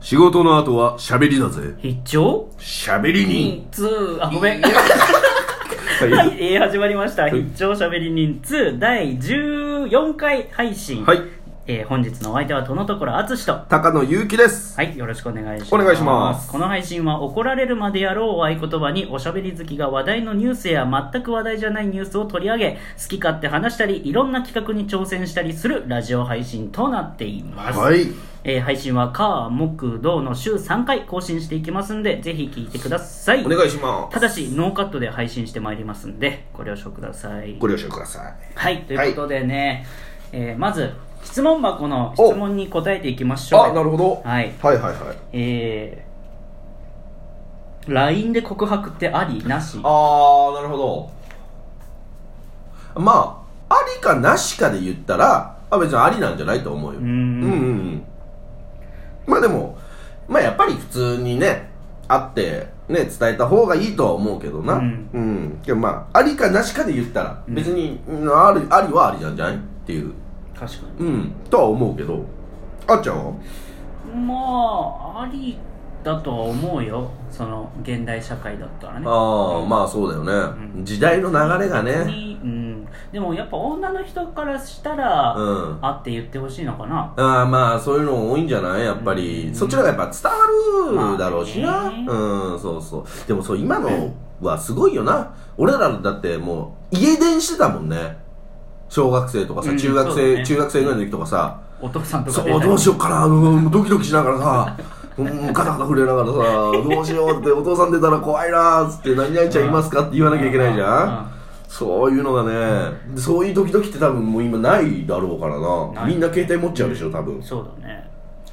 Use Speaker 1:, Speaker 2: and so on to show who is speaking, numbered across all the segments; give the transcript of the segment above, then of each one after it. Speaker 1: 仕事の後は喋りだぜ。
Speaker 2: 必聴
Speaker 1: 喋り
Speaker 2: 人2あごめんは
Speaker 1: はい。
Speaker 2: い、えー始まりました「
Speaker 1: い
Speaker 2: 必聴しゃべり人2」第14回配信、
Speaker 1: はい。
Speaker 2: えー本日のお相手はとのところ淳と
Speaker 1: 高野ゆうきです。
Speaker 2: はいよろしくお願いします
Speaker 1: お願いします
Speaker 2: この配信は怒られるまでやろうを合言葉におしゃべり好きが話題のニュースや全く話題じゃないニュースを取り上げ好き勝手話したりいろんな企画に挑戦したりするラジオ配信となっています、
Speaker 1: い。
Speaker 2: えー配信は火木土の週3回更新していきますんでぜひ聞いてください
Speaker 1: お願いしま
Speaker 2: ただしノーカットで配信してまいりますんでご了承ください
Speaker 1: す。ご了承ください。
Speaker 2: はいということでね、えーまず質問箱の質問に答えていきましょう
Speaker 1: あ、なるほど。
Speaker 2: はい
Speaker 1: はいはいはい。
Speaker 2: えー、LINE で告白ってありなし
Speaker 1: あー、なるほど。まあ、ありかなしかで言ったら、あ、別にありなんじゃないと思うよ。
Speaker 2: うー
Speaker 1: うんうん
Speaker 2: ん
Speaker 1: うんまあでもまあやっぱり普通にね会ってね伝えた方がいいとは思うけどな
Speaker 2: う
Speaker 1: うんん、でもまあありかなしかで言ったら別に、うんありありはありなんじゃないっていう
Speaker 2: 確か
Speaker 1: うんとは思うけどあっちゃんは
Speaker 2: にまあありだとは思うよその現代社会だったらね
Speaker 1: ああ
Speaker 2: うん
Speaker 1: まあそうだよね、
Speaker 2: うん
Speaker 1: 時代の流れがね
Speaker 2: にうん、でもやっぱ女の人からしたら、
Speaker 1: うん
Speaker 2: あって言ってほしいのかな
Speaker 1: ああまあそういうの多いんじゃないやっぱり、
Speaker 2: うん
Speaker 1: そっちの方がやっぱ伝わるだろうしな、
Speaker 2: まあね
Speaker 1: うんそうそうでもそう今のはすごいよな俺らだってもう家電してたもんね小学生とかさ、
Speaker 2: うん
Speaker 1: 中学
Speaker 2: そう
Speaker 1: 生、
Speaker 2: だね
Speaker 1: 中学生ぐらいの時とかさ、
Speaker 2: お父さんとか
Speaker 1: そうどうしようかなうんドキドキしながらさうんガタガタ震えながらさどうしようってお父さん出たら怖いなーっつって何々ちゃんいますかって言わなきゃいけないじゃんそういうのがね、そういうドキドキって多分もう今ないだろうからな。
Speaker 2: ない
Speaker 1: みんな携帯持っちゃうでしょ、多
Speaker 2: う
Speaker 1: 分
Speaker 2: ん。そうだね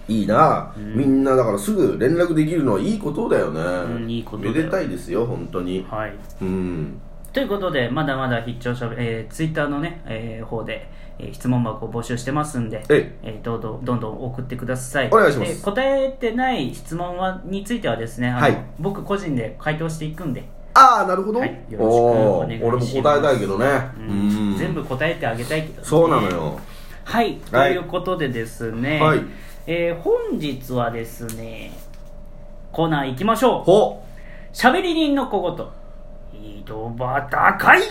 Speaker 1: いいな、
Speaker 2: うん
Speaker 1: みんなだからすぐ連絡できるのはいいことだよね。
Speaker 2: うんいいことだよ
Speaker 1: めでたいですよ、本当に。
Speaker 2: はい
Speaker 1: うん。
Speaker 2: ということでまだまだ必聴しゃべ、えー、ツイッターのね、えー方で、えー質問箱を募集してますんで
Speaker 1: え
Speaker 2: えーどうぞどんどん送ってください
Speaker 1: お願いします
Speaker 2: えー答えてない質問はについてはですねあの、
Speaker 1: はい
Speaker 2: 僕個人で回答していくんで、
Speaker 1: ああ、なるほど。
Speaker 2: はいよろしく
Speaker 1: お
Speaker 2: お
Speaker 1: お
Speaker 2: 願い
Speaker 1: ー、
Speaker 2: します
Speaker 1: 俺も答えたいけどね。
Speaker 2: う
Speaker 1: うんん。
Speaker 2: 全部答えてあげたいけど、
Speaker 1: そうなのよ。
Speaker 2: はい、と
Speaker 1: はい
Speaker 2: いうことでですね、
Speaker 1: はい
Speaker 2: えー本日はですねコーナー行きましょう
Speaker 1: ほ。
Speaker 2: しゃべり人の小言井戸端会議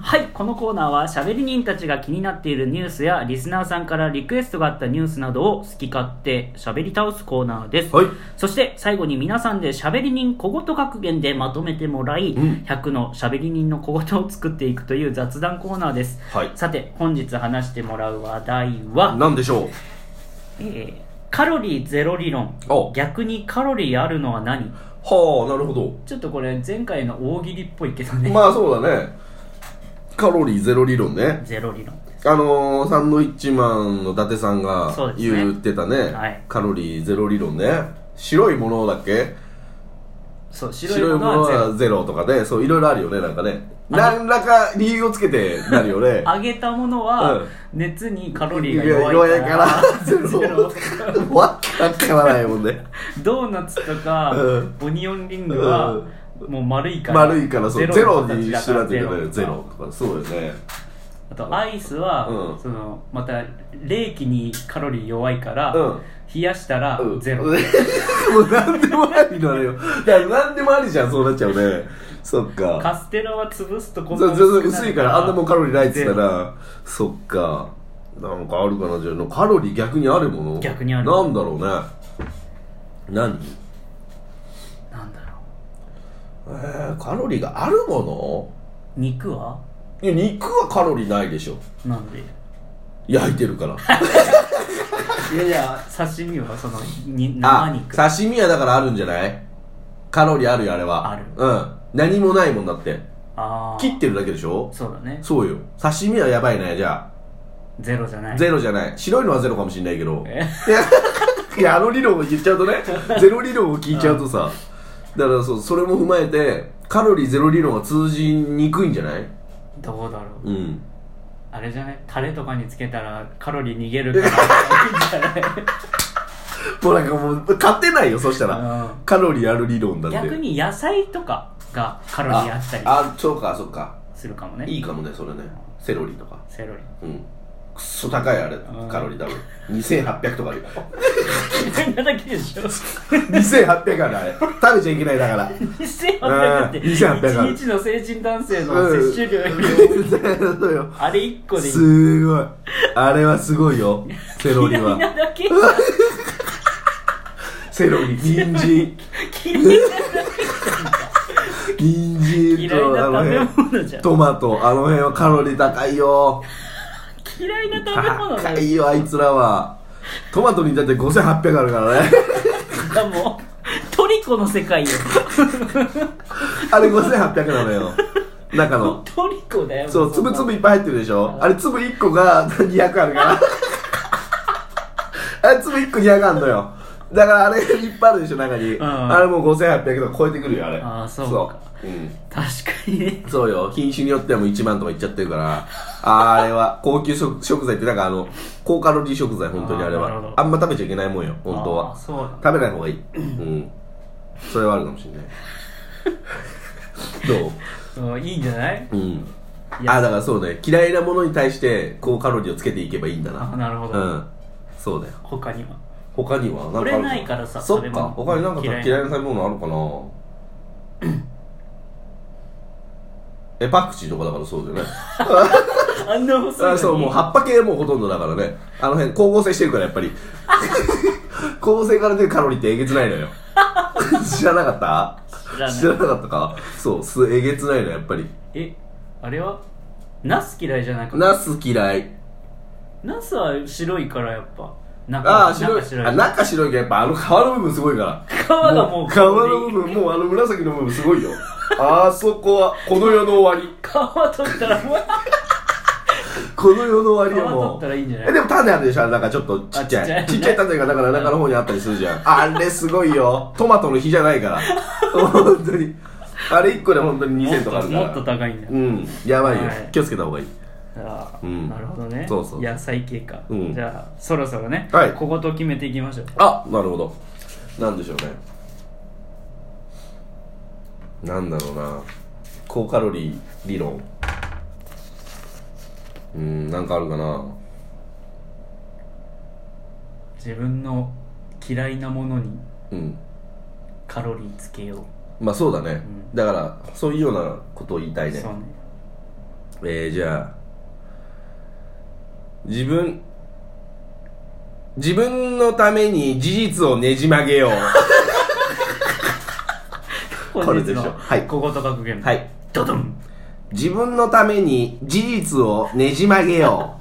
Speaker 2: はいこのコーナーはしゃべり人たちが気になっているニュースやリスナーさんからリクエストがあったニュースなどを好き勝手しゃべり倒すコーナーです、
Speaker 1: はい。
Speaker 2: そして最後に皆さんでしゃべり人小言格言でまとめてもらい、
Speaker 1: うん
Speaker 2: 100のしゃべり人の小言を作っていくという雑談コーナーです
Speaker 1: はい。
Speaker 2: さて本日話してもらう話題は、
Speaker 1: なんでしょう
Speaker 2: えーカロリーゼロ理論
Speaker 1: お
Speaker 2: 逆にカロリーあるのは何
Speaker 1: はあ、なるほど。
Speaker 2: ちょっとこれ前回の大喜利っぽいけどね、
Speaker 1: まあそうだね。カロリーゼロ理論ね。
Speaker 2: ゼロ理論
Speaker 1: あのー、サンドイッチマンの伊達さんが
Speaker 2: そうですね
Speaker 1: 言ってたね
Speaker 2: はい
Speaker 1: カロリーゼロ理論ね白いものだっけ
Speaker 2: そう白い
Speaker 1: 白い
Speaker 2: も
Speaker 1: もの
Speaker 2: のはゼロ
Speaker 1: はゼロとかねそういろいろあるよねなんかね
Speaker 2: あ
Speaker 1: 何らか理由をつけてなるよね
Speaker 2: 揚げたものは
Speaker 1: うん
Speaker 2: 熱にカロリーが弱いから
Speaker 1: ゼ ロわけわからないもんね
Speaker 2: ドーナツとか
Speaker 1: うん
Speaker 2: オニオンリングはもう丸いから
Speaker 1: 丸いからそうゼロにしなきゃいけ
Speaker 2: ゼ
Speaker 1: ない
Speaker 2: ロ
Speaker 1: ゼロとかそうよね
Speaker 2: あとアイスは、
Speaker 1: うん
Speaker 2: そのまた冷気にカロリー弱いから、
Speaker 1: うん
Speaker 2: 冷やしたら
Speaker 1: うん
Speaker 2: ゼロ、
Speaker 1: もう何でもありなのよだから何でもありじゃんそうなっちゃうねそっか
Speaker 2: カステラは潰すとこんな
Speaker 1: そう
Speaker 2: 薄くなる
Speaker 1: 薄いからあんなもんカロリーないっつったらそっかなんかあるかなじゃあカロリー逆にあるもの
Speaker 2: 逆にある
Speaker 1: なんだろうね何
Speaker 2: なんだろ
Speaker 1: えー、カロリーがあるも
Speaker 2: う肉は
Speaker 1: のいや肉はカロリーないでしょ
Speaker 2: なんで
Speaker 1: 焼いてるから
Speaker 2: いやいや刺身はそのに 生
Speaker 1: あ
Speaker 2: 肉
Speaker 1: 刺身はだからあるんじゃないカロリーあるよあれは
Speaker 2: ある
Speaker 1: うん何もないもんだって
Speaker 2: ああ
Speaker 1: 切ってるだけでしょ
Speaker 2: そうだね
Speaker 1: そうよ刺身はやばいねじゃ
Speaker 2: ゼロじゃな
Speaker 1: あ
Speaker 2: い
Speaker 1: ゼロじゃない白いのはゼロかもしんないけど
Speaker 2: え
Speaker 1: いやいやあの理論を言っちゃうとねゼロ理論を聞いちゃうとさだからそうそれも踏まえてカロリーゼロ理論は通じにくいんじゃない
Speaker 2: どうだろう
Speaker 1: うん
Speaker 2: あれじゃないタレとかにつけたらカロリー逃げ るからいいんじゃない
Speaker 1: もうなんかもう勝てないよそしたら
Speaker 2: うん
Speaker 1: カロリーある理論だって
Speaker 2: 逆に野菜とかがカロリーあったり
Speaker 1: ああそうかそうか
Speaker 2: するかもね
Speaker 1: いいかもねそれねセロリとか
Speaker 2: セロリ
Speaker 1: うんクソ高いあれカロリー多分2800とかあるよ
Speaker 2: 全然だけでしょ
Speaker 1: 2800あるあれ食べちゃいけないだ から
Speaker 2: 2800って
Speaker 1: うん2800ある
Speaker 2: 1日の成人男性の摂取量より
Speaker 1: うんそうよ
Speaker 2: あれ1個でいい
Speaker 1: すごいあれはすごいよセロリ
Speaker 2: 嫌い
Speaker 1: は
Speaker 2: なだけ
Speaker 1: セロリ人参
Speaker 2: 嫌いな
Speaker 1: 人参
Speaker 2: 嫌い
Speaker 1: とあの
Speaker 2: な食べ
Speaker 1: 辺
Speaker 2: 物じゃん
Speaker 1: トマトあの辺はカロリー高いよ
Speaker 2: 嫌いな食べ物だ
Speaker 1: 高
Speaker 2: よ
Speaker 1: いよあいつらはトマトにだって5800あるから ね
Speaker 2: もうトリコの世界よ
Speaker 1: あれ5800なのよ中の
Speaker 2: トリコだよ
Speaker 1: そう粒々いっぱい入ってるでしょあれ粒1個が200あるから あれ粒1個200あるのよだからあれいっぱいあるでしょ中に、
Speaker 2: ん
Speaker 1: あれもう5800とか超えてくるよあれ
Speaker 2: あーそうか
Speaker 1: そううん
Speaker 2: 確かにね
Speaker 1: そうよ。品種によってはもう1万とかいっちゃってるから。あーあれ は、高級食食材ってなんかあの、高カロリー食材、本当にあれ
Speaker 2: あーなるほ
Speaker 1: は。
Speaker 2: ど
Speaker 1: あんま食べちゃいけないもんよ、本当
Speaker 2: あー
Speaker 1: は。
Speaker 2: そうなんだ
Speaker 1: 食べない方がいい。うん。それはあるかもし れない。ど
Speaker 2: うんいいんじゃないう
Speaker 1: うん。
Speaker 2: いや
Speaker 1: あーだからそうね。嫌いなものに対して高カロリーをつけていけばいいんだ
Speaker 2: あ
Speaker 1: な。
Speaker 2: なるほ
Speaker 1: う
Speaker 2: ど、
Speaker 1: ん。そうだよ。
Speaker 2: 他には
Speaker 1: 他にはなんかある
Speaker 2: これないからさ
Speaker 1: そ
Speaker 2: 食べ
Speaker 1: っか。
Speaker 2: 物
Speaker 1: 他になんかさ
Speaker 2: 嫌いな
Speaker 1: 嫌いな食べ物あるかな え、パクチーとかだからそうだよね。
Speaker 2: あんな細いの
Speaker 1: あ
Speaker 2: に
Speaker 1: そうもう葉っぱ系もうほとんどだからねあの辺光合成してるからやっぱ り光合成から出るカロリーってえげつないの よ知らなかった
Speaker 2: 知らない
Speaker 1: なかったかそうすえげつないのやっぱり
Speaker 2: えあれはナス嫌いじゃなく
Speaker 1: ナス嫌い
Speaker 2: ナスは白いからやっぱ中
Speaker 1: ああ白い
Speaker 2: 中白い
Speaker 1: あ中白いけどやっぱあの皮の部分すごいから
Speaker 2: 皮がもう
Speaker 1: 皮の部分もうあの紫の部分すごいよあそこはこの世の終わり
Speaker 2: 皮取ったらもう
Speaker 1: この世の終わりは
Speaker 2: 皮
Speaker 1: も
Speaker 2: 取
Speaker 1: う
Speaker 2: ったらいいんじゃない
Speaker 1: えでも種あるでしょなんかちょっとちっちゃいちっちゃ
Speaker 2: あ
Speaker 1: い
Speaker 2: ちっちゃい
Speaker 1: 種がだから中の方にあったりするじゃんあれすごいよトマトの火じゃないから本当にあれ1個で本当に2000とかあるから
Speaker 2: もっともっと高いんだよ
Speaker 1: うんやばいよ、
Speaker 2: はい
Speaker 1: 気をつけた方がいい
Speaker 2: ああ
Speaker 1: うん
Speaker 2: なるほどね
Speaker 1: そうそう
Speaker 2: 野菜系か、
Speaker 1: うん
Speaker 2: じゃあそろそろね、
Speaker 1: はい
Speaker 2: ここと決めていきましょう
Speaker 1: あなるほどなんでしょうねなんだろうな高カロリー理論うんなんかあるかな
Speaker 2: 自分の嫌いなものに
Speaker 1: うん
Speaker 2: カロリーつけよ
Speaker 1: まあそうだね、
Speaker 2: ん
Speaker 1: だからそういうようなことを言いた
Speaker 2: う
Speaker 1: いね
Speaker 2: そうね
Speaker 1: えー、じゃあ自分自分のために事実をねじ曲げよ うこ
Speaker 2: 本
Speaker 1: れ
Speaker 2: 日
Speaker 1: でしょ
Speaker 2: の
Speaker 1: はい
Speaker 2: ここと格言
Speaker 1: はい
Speaker 2: ドドン
Speaker 1: 自分のために事実をねじ曲げよう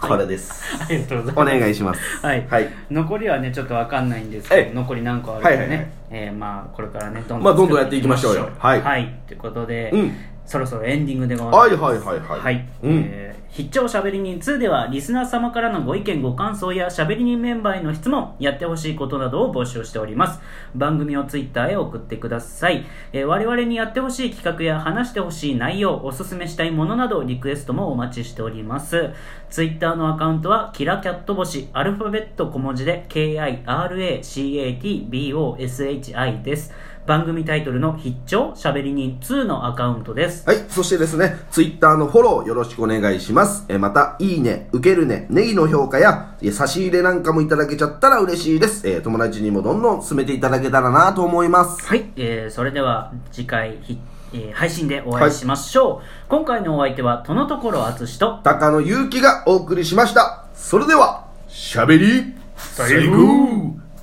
Speaker 1: これです
Speaker 2: ありがとうございます
Speaker 1: お願いします
Speaker 2: はい、
Speaker 1: はい
Speaker 2: 残りはねちょっとわかんないんですけ
Speaker 1: え
Speaker 2: ど
Speaker 1: え
Speaker 2: 残り何個あるかね、
Speaker 1: はいはいはい
Speaker 2: えーまあこれからねどんどん、
Speaker 1: まあどんどんやっていきましょうよはい
Speaker 2: はいということで、
Speaker 1: うん
Speaker 2: そろそろエンディングでございます
Speaker 1: はいはいはいはい
Speaker 2: はい、
Speaker 1: うん
Speaker 2: えー必聴しゃべり人2ではリスナー様からのご意見ご感想やしゃべり人メンバーへの質問やってほしいことなどを募集しております番組をツイッターへ送ってください、えー我々にやってほしい企画や話してほしい内容おすすめしたいものなどリクエストもお待ちしておりますツイッターのアカウントはキラキャット星アルファベット小文字で KIRACATBOSHI です番組タイトルの必聴しゃべり人2のアカウントです
Speaker 1: はい。そしてですね、ツイッターのフォローよろしくお願いします。えーまた、いいね、受けるね、ネギの評価や、えー差し入れなんかもいただけちゃったら嬉しいです。えー友達にもどんどん進めていただけたらなと思います。
Speaker 2: はい、えーそれでは次回ひ、えー配信でお会いしましょう、今回のお相手はとのところあつしと
Speaker 1: 高野ゆうきがお送りしました。それでは、しゃべり、最後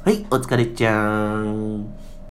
Speaker 1: はい、お疲れちゃーん。